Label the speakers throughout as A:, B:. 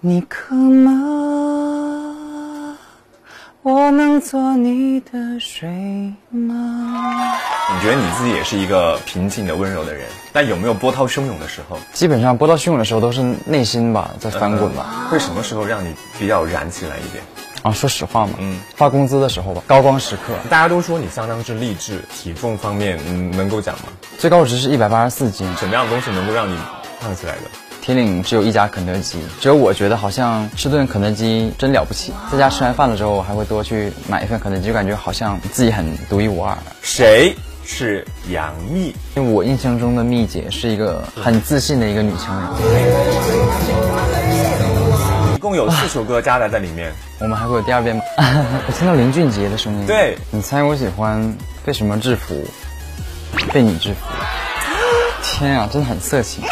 A: 你渴吗？我能做你的水吗？
B: 你觉得你自己也是一个平静的、温柔的人，但有没有波涛汹涌的时候？
C: 基本上波涛汹涌的时候都是内心吧在翻滚吧。
B: 会什么时候让你比较燃起来一点？
C: 啊，说实话嘛，
B: 嗯
C: 嗯，发工资的时候吧，高光时刻，
B: 大家都说你相当之励志，体重方面、嗯、能够讲吗？
C: 最高值是一百八十四斤。
B: 什么样的东西能够让你胖起来的？
C: 铁岭只有一家肯德基，只有我觉得好像吃顿肯德基真了不起。在家吃完饭了之后，我还会多去买一份肯德基，就感觉好像自己很独一无二。
B: 谁是杨幂？
C: 因为我印象中的蜜姐是一个很自信的一个女强人，
B: 一共有四首歌夹杂在里面。
C: 我们还会有第二遍吗？ 我听到林俊杰的声音。
B: 对
C: 你猜我喜欢被什么制服？被你制服。天啊，真的很色 情。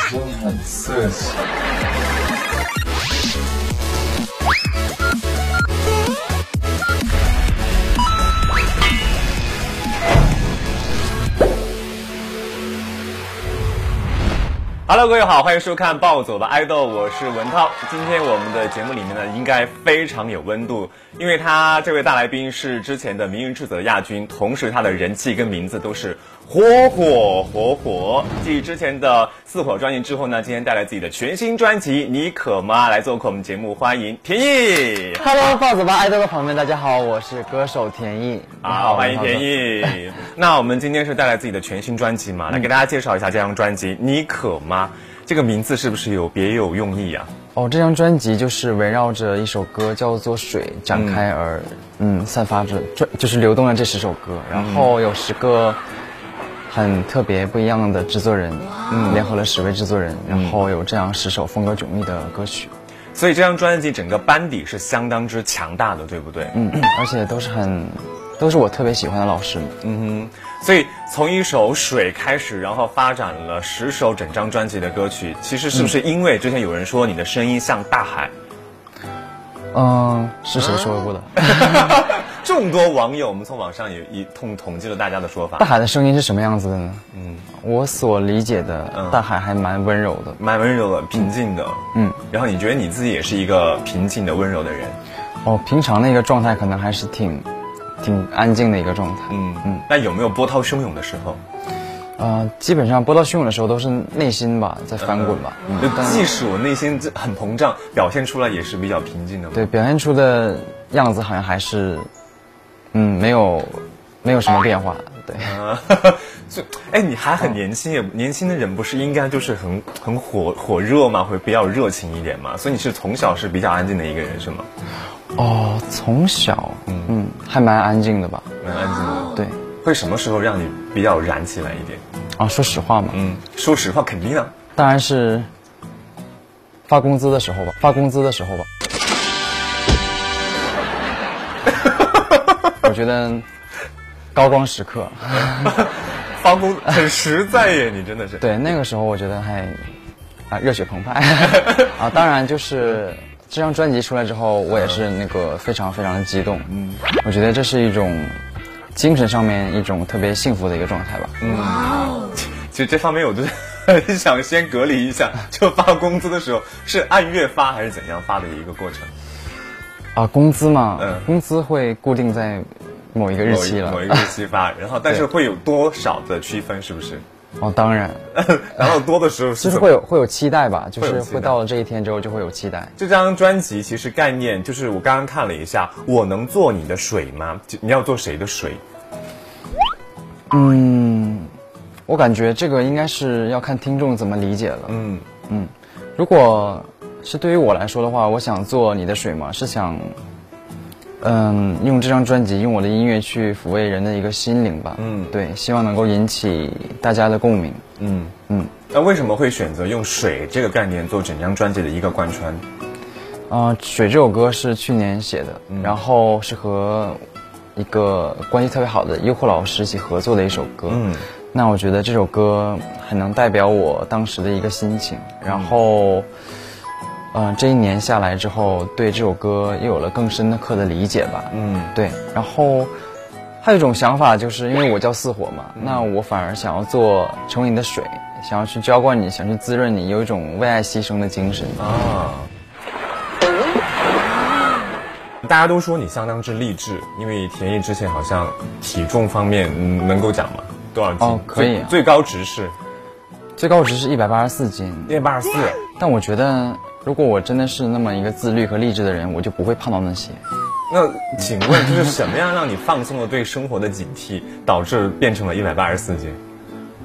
B: Hello，各位好，欢迎收看《暴走吧爱豆》，我是文涛。今天我们的节目里面呢，应该非常有温度，因为他这位大来宾是之前的《明日之子》的亚军，同时他的人气跟名字都是火火火火。继之前的四火专辑之后呢，今天带来自己的全新专辑《你可吗》来做客我们节目，欢迎田艺。
C: Hello，暴走吧爱豆的朋友们，大家好，我是歌手田艺。
B: 好，啊欢迎
C: 田
B: 田。艺。那我们今天是带来自己的全新专辑嘛，来给大家介绍一下这张专辑《你可吗》。这个名字是不是有别有用意啊？
C: 哦，这张专辑就是围绕着一首歌叫做《水》展开而，嗯散发着，这就是流动了这十首歌，然后有十个很特别不一样的制作人，嗯，联合了十位制作人，然后有这样十首风格迥异的歌曲，
B: 所以这张专辑整个班底是相当之强大的，对不对？嗯
C: 嗯，而且都是很，都是我特别喜欢的老师们，
B: 哼。所以从一首《水》开始，然后发展了十首整张专辑的歌曲，其实是不是因为之前有人说你的声音像大海，
C: 嗯，是谁说过的？
B: 众多网友我们从网上也一通统计了大家的说
C: 大
B: 法，
C: 海的声音是什么样子的呢？嗯，我所理解的大海还蛮温柔的。
B: 蛮温柔的、平静的。嗯，然后你觉得你自己也是一个平静的、温柔的人。
C: 哦，平常那个状态可能还是挺，挺安静的一个状态。
B: 嗯嗯，那有没有波涛汹涌的时候？
C: 呃，基本上波涛汹涌的时候都是内心吧在翻滚吧。嗯，
B: 就
C: 但
B: 即使我内心这很膨胀，表现出来也是比较平静的嘛。
C: 对表现出的样子好像还是，嗯，没有，没有什么变化。对，
B: 啊， 就哎，你还很年轻，也年轻的人不是应该就是很很火火热嘛，会比较热情一点嘛，所以你是从小是比较安静的一个人是吗？
C: 哦，从小，嗯还蛮嗯安静的吧。
B: 蛮安静的，
C: 对，
B: 会什么时候让你比较燃起来一点？
C: 啊，说实话嘛，
B: 嗯，说实话，肯定啊，
C: 当然是发工资的时候吧，发工资的时 候吧。我觉得高光时刻，
B: 发工很实在耶，你真的是。
C: 对那个时候我觉得还啊热血 澎湃啊，当然就是这张专辑出来之后，我也是那个非常非常的激动，嗯，我觉得这是一种精神上面一种特别幸福的一个状态吧，嗯，
B: 其实这方面我就是很想先隔离一下， 就发工资的时候是按月发还是怎样发的一个过程？
C: 啊工资嘛，
B: 嗯
C: 工资会固定在某一个日
B: 某一
C: 期了
B: 某，一个日期发，然后但是
C: 对
B: 会有多少的区分是不 是？
C: 哦当然。
B: 然后多的时候是
C: 就是
B: 怎么
C: 会有会有期待吧，就
B: 会
C: 是
B: 有期待
C: 会到了这一天之后就会有期待。
B: 这张专辑其实概念就是我刚刚看了一下，我能做你的水吗？就你要做谁的水？
C: 我感觉这个应该是要看听众怎么理解了。
B: 嗯，
C: 如果是对于我来说的话，我想做你的水嘛，是想，嗯，用这张专辑，用我的音乐去抚慰人的一个心灵吧。
B: 嗯嗯
C: 嗯，对，希望能够引起大家的共鸣。
B: 那为什么会选择用水这个概念做整张专辑的一个贯穿？
C: 啊、水这首歌是去年写的，
B: 嗯
C: 然后是和一个关系特别好的优酷老师一起合作的一首歌。
B: 嗯
C: 嗯，那我觉得这首歌很能代表我当时的一个心情，然后，嗯、这一年下来之后，对这首歌又有了更深的刻的理解吧。
B: 嗯，
C: 对，然后还有一种想法，就是因为我叫四火嘛，那我反而想要做成为你的水，嗯想要去浇灌你，想去滋润你，有一种为爱牺牲的精神。
B: 啊，
D: 我
B: 大家都说你相当之励志，因为田艺之前好像体重方面嗯能够讲吗？多少斤？
C: 哦可以啊
B: 最最高值是
C: 最高值是一百八十四斤，
B: 一百八十四。
C: 但我觉得如果我真的是那么一个自律和励志的人，我就不会胖到那些。
B: 那请问，就是什么样让你放松了对生活的警惕，导致变成了一百八十四斤？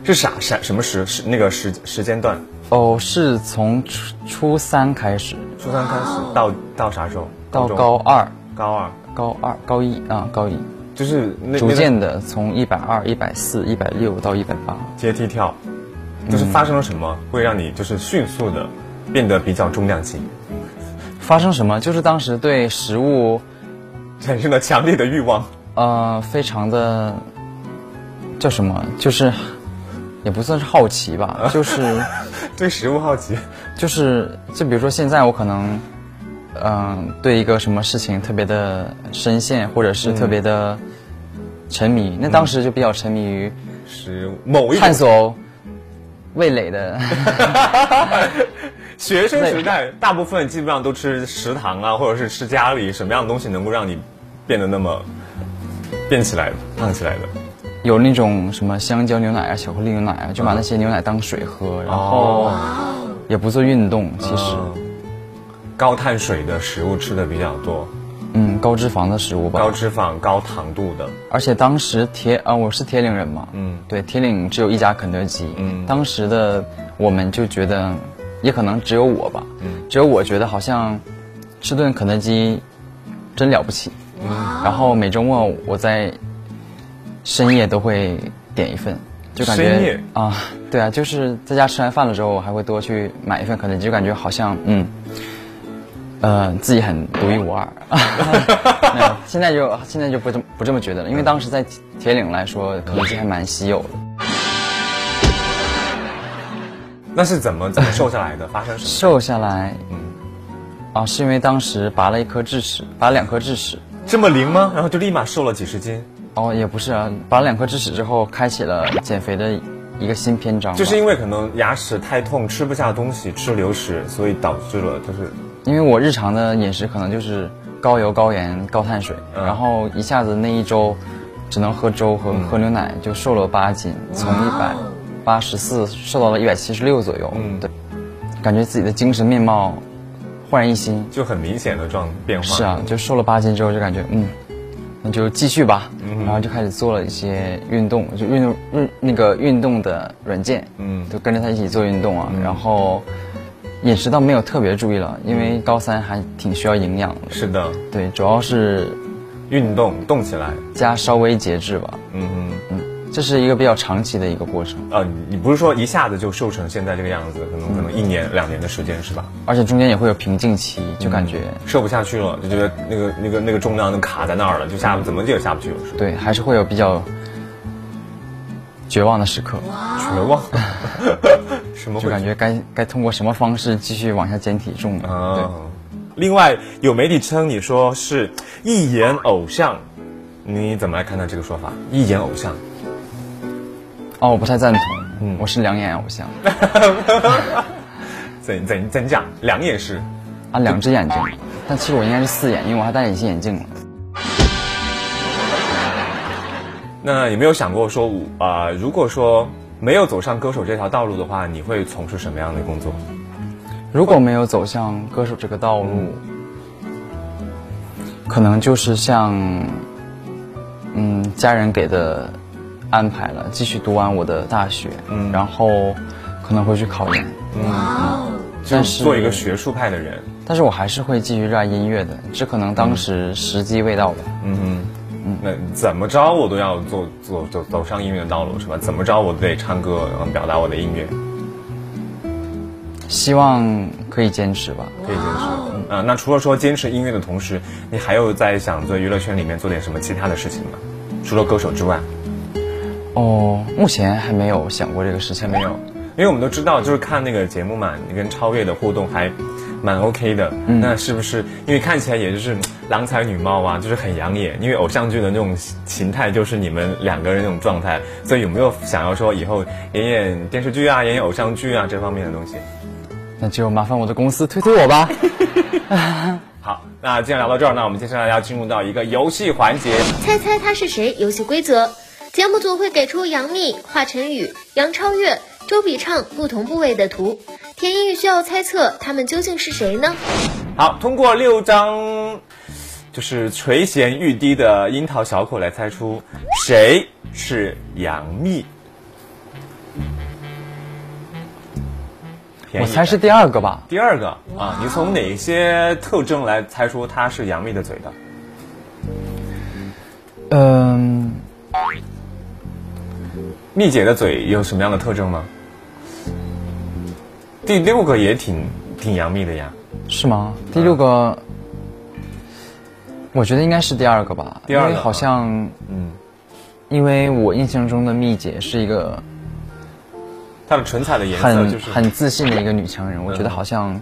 B: 是啥啥什么时时那个时时间段？
C: 哦，是从初初三开始
B: 初三开始到到啥时候？
C: 到
B: 中
C: 高二，
B: 高二，
C: 高二高一啊高一，
B: 就是那
C: 逐
B: 那
C: 渐的从一百二、一百四、一百六到一百八。
B: 个阶梯跳，就是发生了什么会让你就是迅速的变得比较重量级，
C: 发生什么？就是当时对食物
B: 产生了强烈的欲望。
C: 呃，非常的叫什么？就是也不算是好 奇吧，就是
B: 对食物好奇，
C: 就是就比如说现在我可能，嗯、对一个什么事情特别的深陷，或者是
B: 嗯
C: 特别的沉迷，那当时就比较沉迷于
B: 食物某一种
C: 探索味蕾的，
B: 学生时代，大部分基本上都吃食堂啊，或者是吃家里什么样的东西能够让你变得那么变起来的、胖起来的？
C: 有那种什么香蕉牛奶啊、巧克力牛奶啊，就把那些牛奶当水喝，然后也不做运动，其实，
B: 高碳水的食物吃的比较多，
C: 嗯，高脂肪的食物吧，
B: 高脂肪、高糖度的。
C: 而且当时铁啊、我是铁岭人嘛，嗯，对，铁岭只有一家肯德基，嗯，当时的我们就觉得，也可能只有我吧，只有我觉得好像吃顿肯德基真了不起，然后每周末我在深夜都会点一份，就感觉
B: 深夜
C: 啊，对啊，就是在家吃完饭了之后，我还会多去买一份肯德基，就感觉好像嗯。呃，自己很独一无二。 没有现在就现在就不这么不这么觉得了，因为当时在铁铁岭来说，肯德基还蛮稀有的。
B: 那是怎么怎么瘦下来的？发生什么？
C: 瘦下来，
B: 嗯
C: 啊，是因为当时拔了一颗智齿，拔了两颗智齿。
B: 这么灵吗？然后就立马瘦了几十斤，
C: 哦，也不是啊，拔了两颗智齿之后，开启了减肥的一个新篇章吧。
B: 就是因为可能牙齿太痛，吃不下东西，吃流食，所以导致了就是
C: 因为我日常的饮食可能就是高油、高盐、高碳水，然后一下子那一周只能喝粥和喝牛奶，就瘦了八斤，从一百八十四瘦到了一百七十六左右。嗯，对，感觉自己的精神面貌焕然一新。
B: 就很明显的状变化。
C: 是啊，就瘦了八斤之后就感觉嗯，那就继续吧，然后就开始做了一些运动，就运动运那个运动的软件，
B: 嗯
C: 嗯，就跟着他一起做运动啊，然后饮食倒没有特别注意了，因为高三还挺需要营养的，
B: 是的，
C: 对，主要是
B: 运动动起来。
C: 加稍微节制吧，
B: 嗯嗯。
C: 这是一个比较长期的一个过程，
B: 呃，你不是说一下子就瘦成现在这个样子，可能可
C: 嗯
B: 能一年两年的时间是吧？
C: 而且中间也会有瓶颈期，就感觉。
B: 瘦不下去了，就觉得那个那个那个重量就卡在那儿了，就下怎么也下不去了，是吧
C: 对，还是会有比较绝望的时刻，
B: 绝望， 什么
C: 就
B: 会
C: 感觉该该通过什么方式继续往下减体重了。对
B: 啊。另外，有媒体称你说是一眼偶像，你怎么来看待这个说法？一眼偶像，
C: 哦，我不太赞同。嗯，我是两眼偶像
B: 怎怎怎讲？两眼是
C: 啊，两只眼睛，但其实我应该是四眼，因为我还戴隐形眼镜了。
B: 那有没有想过说，啊、如果说没有走上歌手这条道路的话，你会从事什么样的工作？
C: 如果没有走向歌手这个道路，可能就是像，嗯，家人给的安排了，继续读完我的大学，嗯，然后可能会去考研，
B: 就
C: 但
B: 嗯
C: 是
B: 做一个学术派的人。
C: 但是我还是会继续热爱音乐的，只可能当时时机未到吧。
B: 嗯那怎么着我都要做做走走上音乐的道路是吧？怎么着我都得唱歌，然后表达我的音乐，
C: 希望可以坚持吧。
B: 可以坚持。嗯、呃那除了说坚持音乐的同时，你还有在想在娱乐圈里面做点什么其他的事情吗？除了歌手之外，
C: 哦，目前还没有想过这个事情，
B: 没有，因为我们都知道，就是看那个节目嘛，你跟超越的互动还蛮 OK 的。那是不是因为看起来也就是嗯郎才女貌啊，就是很养眼？因为偶像剧的那种形态就是你们两个人那种状态，所以有没有想要说以后演演电视剧啊、演演偶像剧啊这方面的东西？
C: 那就麻烦我的公司推推我吧。
B: 好，那既然聊到这儿，那我们接下来要进入到一个游戏环节。
D: 猜猜他是谁？游戏规则：节目组会给出杨幂、华晨宇、杨超越、周笔畅不同部位的图，田一需要猜测他们究竟是谁呢？
B: 好，通过六张就是垂涎欲滴的樱桃小口来猜出谁是杨幂。便宜
C: 我猜是第二个吧，
B: 第二个啊，你从哪些特征来猜出她是杨幂的嘴的？
C: 嗯，
B: 蜜姐的嘴有什么样的特征吗？第六个也挺挺杨幂的呀，
C: 是吗？第六个，我觉得应该是第二个吧，
B: 嗯第二个啊
C: 因为好像，
B: 嗯，
C: 因为我印象中的蜜姐是一个
B: 她的唇彩的颜色
C: 很、
B: 就是嗯
C: 很自信的一个女强人，我觉得好像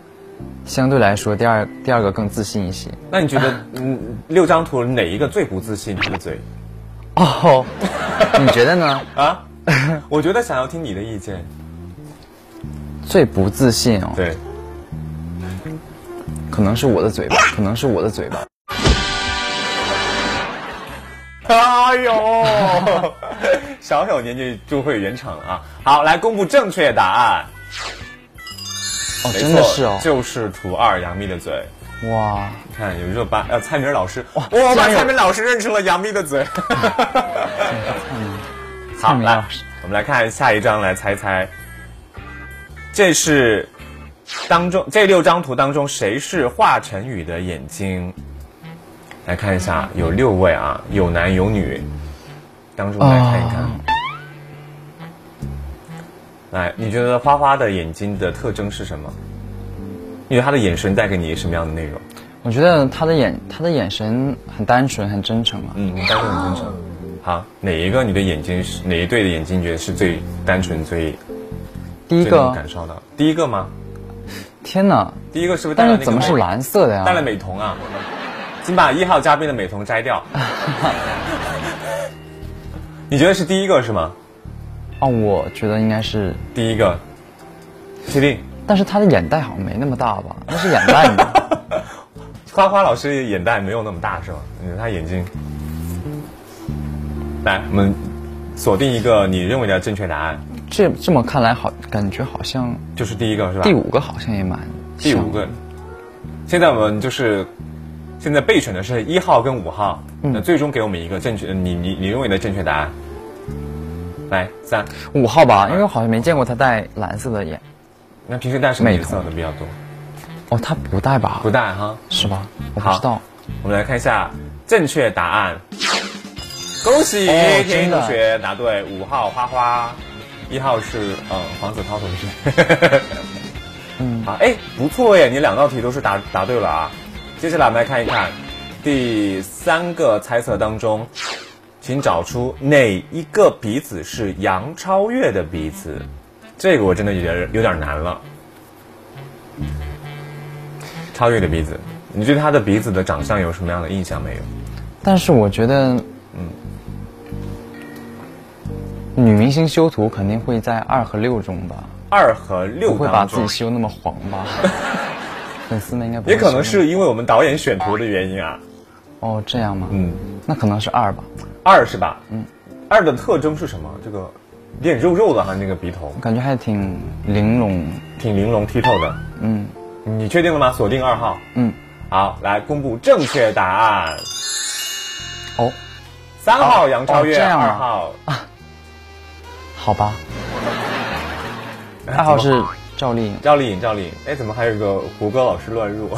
C: 相对来说第二第二个更自信一些。
B: 那你觉得，嗯，六张图哪一个最不自信？她的嘴
C: 哦， 你觉 得呢？
B: 啊？我觉得想要听你的意见。
C: 最不自信哦，
B: 对，
C: 可能是我的 嘴巴，可能是我的嘴巴。
B: 哎呦， 小小年纪就会圆场了啊！好，来公布正确答案。
C: 哦，
B: 没错
C: 真的是哦，
B: 就是图二杨幂的嘴。
C: 哇，
B: 你看有热巴，呃，蔡明老师，哇，
C: 竟
B: 我
C: 然
B: 把
C: 有
B: 蔡明老师认成了杨幂的嘴。
C: 嗯蔡
B: 好，
C: 嗯明
B: 来
C: 老师，
B: 我们来看下一张，来猜猜，这是当中这六张图当中谁是华晨宇的眼睛？来看一下，有六位啊，有男有女，当中来看一看。
C: 哦
B: 来，你觉得花花的眼睛的特征是什么？你觉得她的眼神带给你什么样的内容？
C: 我觉得他的眼他的眼神很单纯，很真诚啊。
B: 嗯，单纯很真诚。好，哪一个你的眼睛是哪一对的眼睛觉得是最单纯、最
C: 第一
B: 最能
C: 个
B: 感，受到？第一个吗？
C: 天哪！
B: 第一个是不是戴
C: 但
B: 了那个
C: 是怎么是
B: 美
C: 蓝色的呀？
B: 戴了美瞳啊？请把一号嘉宾的美瞳摘 掉。你觉得是第一个是吗？
C: 哦，我觉得应该是，
B: 第一个，确定？
C: 但是他的眼袋好像没那么大吧？那是眼袋 吗？
B: 花花老师眼袋没有那么大是吗？你看他眼睛。来，我们锁定一个你认为的正确答案，
C: 这这么看来好，感觉好像
B: 就是第一个是吧？
C: 第五个好像也蛮
B: 第五个，现在我们就是现在备选的是一号跟五号，那、最终给我们一个正确，你你你认为的正确答案。来，三，
C: 像五号吧，因为我好像没见过他戴蓝色的眼。
B: 那平时戴什么
C: 美
B: 颜色的比较多？
C: 哦，他不戴吧？
B: 不戴哈。
C: 是吧？我不
B: 好
C: 知道。
B: 我们来看一下正确答案，恭喜
C: 哦
B: 天一同
C: 真的
B: 学答对，五号花花，一号是嗯黄子韬同 学。嗯，好，哎，不错耶，你两道题都是答答对了啊。接下来我们来看一看第三个猜测当中，请找出哪一个鼻子是杨超越的鼻子，这个我真的有点有点难了。超越的鼻子，你对他的鼻子的长相有什么样的印象没有？
C: 但是我觉得，嗯，女明星修图肯定会在二和六中吧，
B: 二和
C: 不
B: 六
C: 会把
B: 当
C: 自己
B: 中，
C: 修那么黄 吧？粉丝们应该不会
B: 也可能
C: 修那么
B: 是因为我们导演选图的原因啊。
C: 哦这样吗？
B: 嗯，
C: 那可能是二吧，
B: 二是吧？嗯，二的特征是什么？这个有点肉肉的哈，那个鼻头
C: 感觉还挺玲珑。
B: 挺玲珑剔透的。
C: 嗯
B: 你确定了吗？锁定二号。
C: 嗯，
B: 好，来公布正确答案。
C: 哦，
B: 三号杨超越，
C: 哦这样啊
B: 二号
C: 好吧。 二号是赵丽颖，
B: 赵丽颖，赵丽颖。哎，怎么还有一个胡歌老师乱入？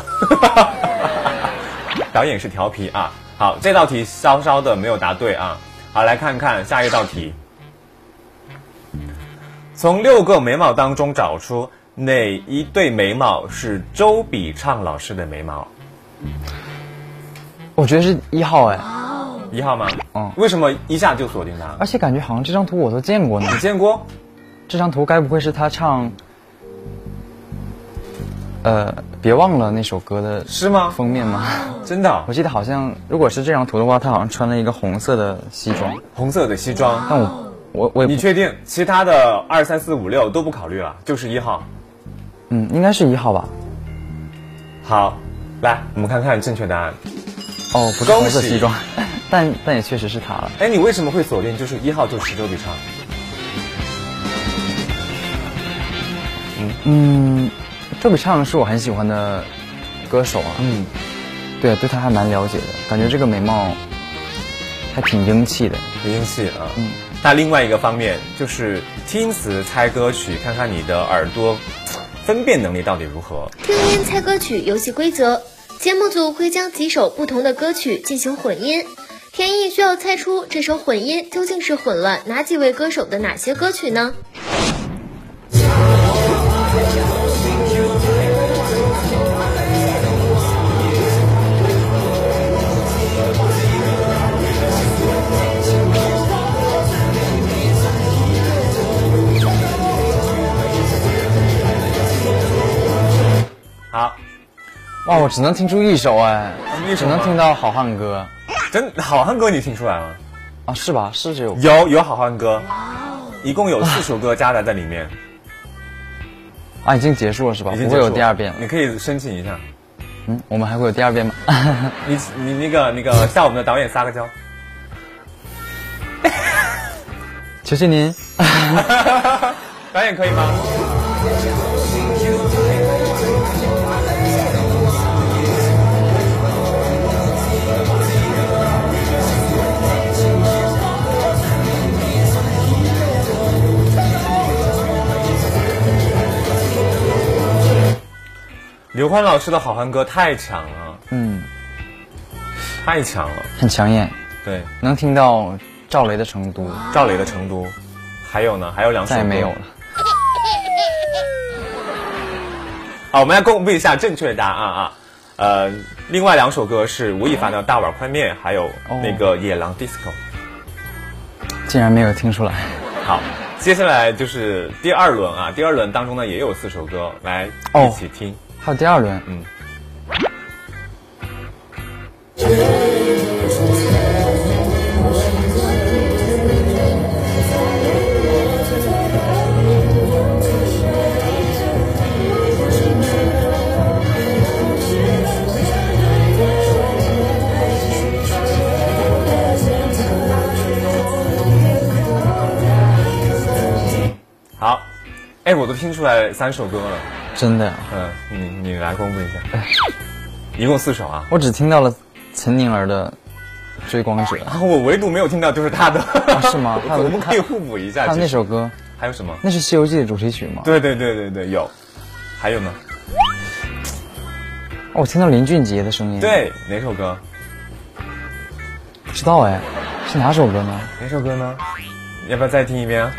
B: 导演是调皮啊。好，这道题稍稍的没有答对啊。好，来看看下一道题。从六个眉毛当中找出哪一对眉毛是周笔畅老师的眉毛？
C: 我觉得是一号哎，
B: 一号吗？
C: 嗯
B: 为什么一下就锁定答案？
C: 而且感觉好像这张图我都见过呢。
B: 你见过？
C: 这张图该不会是他唱，呃，别忘了那首歌的
B: 是吗？
C: 封面吗？
B: 真的啊
C: 我，记得好像，如果是这张图的话，他好像穿了一个红色的西装，
B: 红色的西装。
C: 但我我我也
B: 你
C: 不
B: 确定？其他的二三四五六都啊不考虑了，就是一号。
C: 嗯，应该是一号吧？
B: 好，来，我们看看正确答案。
C: 哦，不是红色
B: 恭喜
C: 西装， 但但也确实是他了。
B: 哎，你为什么会锁定就是一号就是周笔畅？
C: 嗯，周笔畅是我很喜欢的歌手啊，
B: 嗯，
C: 对，对她还蛮了解的，感觉这个美貌还挺英气的。
B: 很硬气啊。嗯。那另外一个方面就是听词猜歌曲，看看你的耳朵分辨能力到底如何。
D: 听音猜歌曲游戏规则：节目组会将几首不同的歌曲进行混音，田艺需要猜出这首混音究竟是混了哪几位歌手的哪些歌曲呢？
B: 好，
C: 哇，我只能听出一首哎
B: 们一，首
C: 只能
B: 吗
C: 听到《好汉歌
B: 真好汉歌你听出来吗？》
C: 啊，是吧？是这首
B: 有有好汉歌，哦一共有四首歌夹杂在里面，
C: 啊，已经结束了是吧？
B: 已经
C: 不
B: 结
C: 会
B: 束
C: 有
B: 了
C: 第二遍
B: 你
C: 了。
B: 可以申请一下。
C: 嗯，我们还会有第二遍吗？
B: 你你那个那个向我们的导演撒个娇，
C: 求求您。
B: 导演可以吗？刘欢老师的好汉歌太强了，
C: 嗯，
B: 太强了。
C: 很抢眼，
B: 对，
C: 能听到赵雷的《成都》，
B: 赵雷的《成都》，还有呢，还有两首
C: 再也
B: 歌
C: 没有了。
B: 好，我们来公布一下正确答案啊。呃，另外两首歌是吴亦凡的《大碗宽面》，还有
C: 哦
B: 那个《野狼 DISCO》。
C: 竟然没有听出来。
B: 好，接下来就是第二轮啊，第二轮当中呢也有四首歌，来
C: 哦
B: 一起听。
C: 还有第二轮，
B: 嗯好，哎，我都听出来三首歌了。
C: 真的，
B: 嗯，你你来公布一下，一共四首啊。
C: 我只听到了岑宁儿的《追光 者》，
B: 啊，我唯独没有听到就是他的，
C: 啊 是吗他
B: 我们可以互补一下。
C: 还有
B: 其
C: 那
B: 实
C: 首歌，
B: 还有什么？
C: 那是《西游记》的主题曲吗？
B: 对对对对对，有，还有呢？
C: 嗯哦，我听到林俊杰的声音。，
B: 对，哪首歌？
C: 不知道哎，是哪首歌呢？
B: 哪首歌呢？要不要再听一遍啊？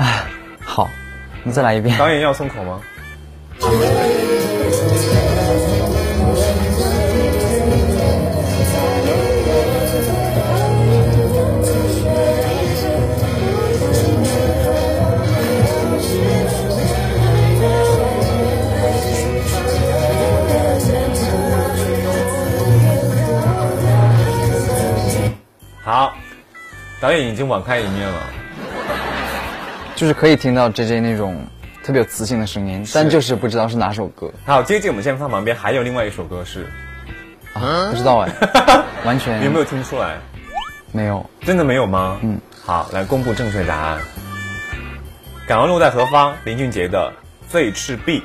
C: 好，你再来一遍。
B: 导演要松口吗？好，导演已经网开一面了。
C: 就是可以听到 J J 那种特别有磁性的声音，但就是不知道是哪首歌，
B: 好，接近我们先放旁边，还有另外一首歌是，
C: 不 知道哎，完全
B: 你啊有没有听出来？
C: 没有。
B: 真的没有吗？嗯，好，来公布正确答案。港湾路在何方？林俊杰的《醉赤壁》，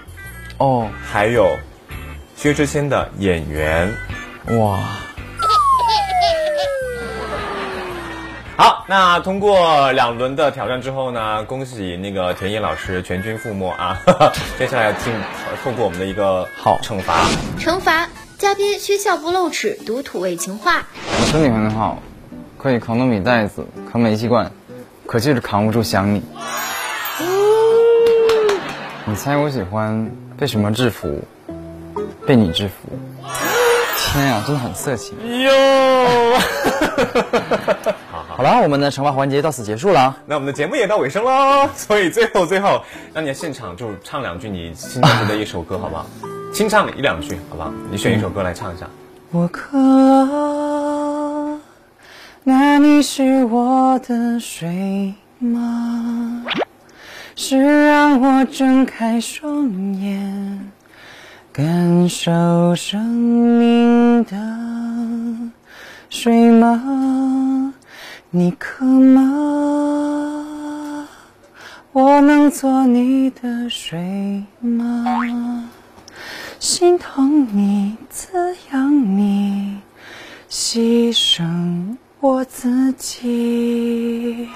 C: 哦，
B: 还有薛之谦的《演员》。
C: 哇，
B: 好，那通过两轮的挑战之后呢，恭喜那个田野老师全军覆没啊！ 接下来进透过我们的一个
C: 好
B: 惩罚，
D: 惩罚嘉宾需笑不露齿，读土味情话。
C: 我身体很好，可以扛得米袋子，扛煤气罐，可就是扛不住想你。
B: 嗯
C: 你猜我喜欢被什么制服？被你制服。天呀、真的很色情。
B: 哟，
C: 好了，我们的惩罚环节到此结束了啊。
B: 那我们的节目也到尾声喽， 所以最后最后，让你在现场就唱两句你心中的一首歌，好不好？清唱一两句，好不好？你选一首歌来唱一下。
A: 我渴了，那你是我的水吗？是让我睁开双眼，感受生命的水吗？你渴吗？我能做你的水吗？心疼你，滋养你，牺牲我自己。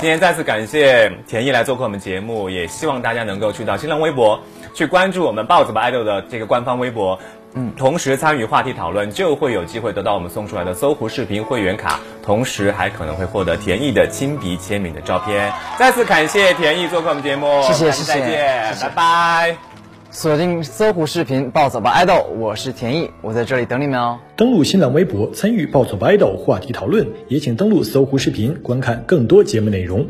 B: 今天再次感谢田一来做客我们节目，也希望大家能够去到新浪微博去关注我们豹子吧爱豆的这个官方微博。嗯，同时参与话题讨论，就会有机会得到我们送出来的搜狐视频会员卡，同时还可能会获得田艺的亲笔签名的照片。再次感谢田艺做客我们节目，
C: 谢谢
B: 下期再
C: 谢谢
B: 见，
C: 谢谢
B: 拜拜。
C: 锁定搜狐视频暴走吧爱豆，我是田艺，我在这里等你们哦。
E: 登录新浪微博参与“暴走吧 idol” 话题讨论，也请登录搜狐视频观看更多节目内容。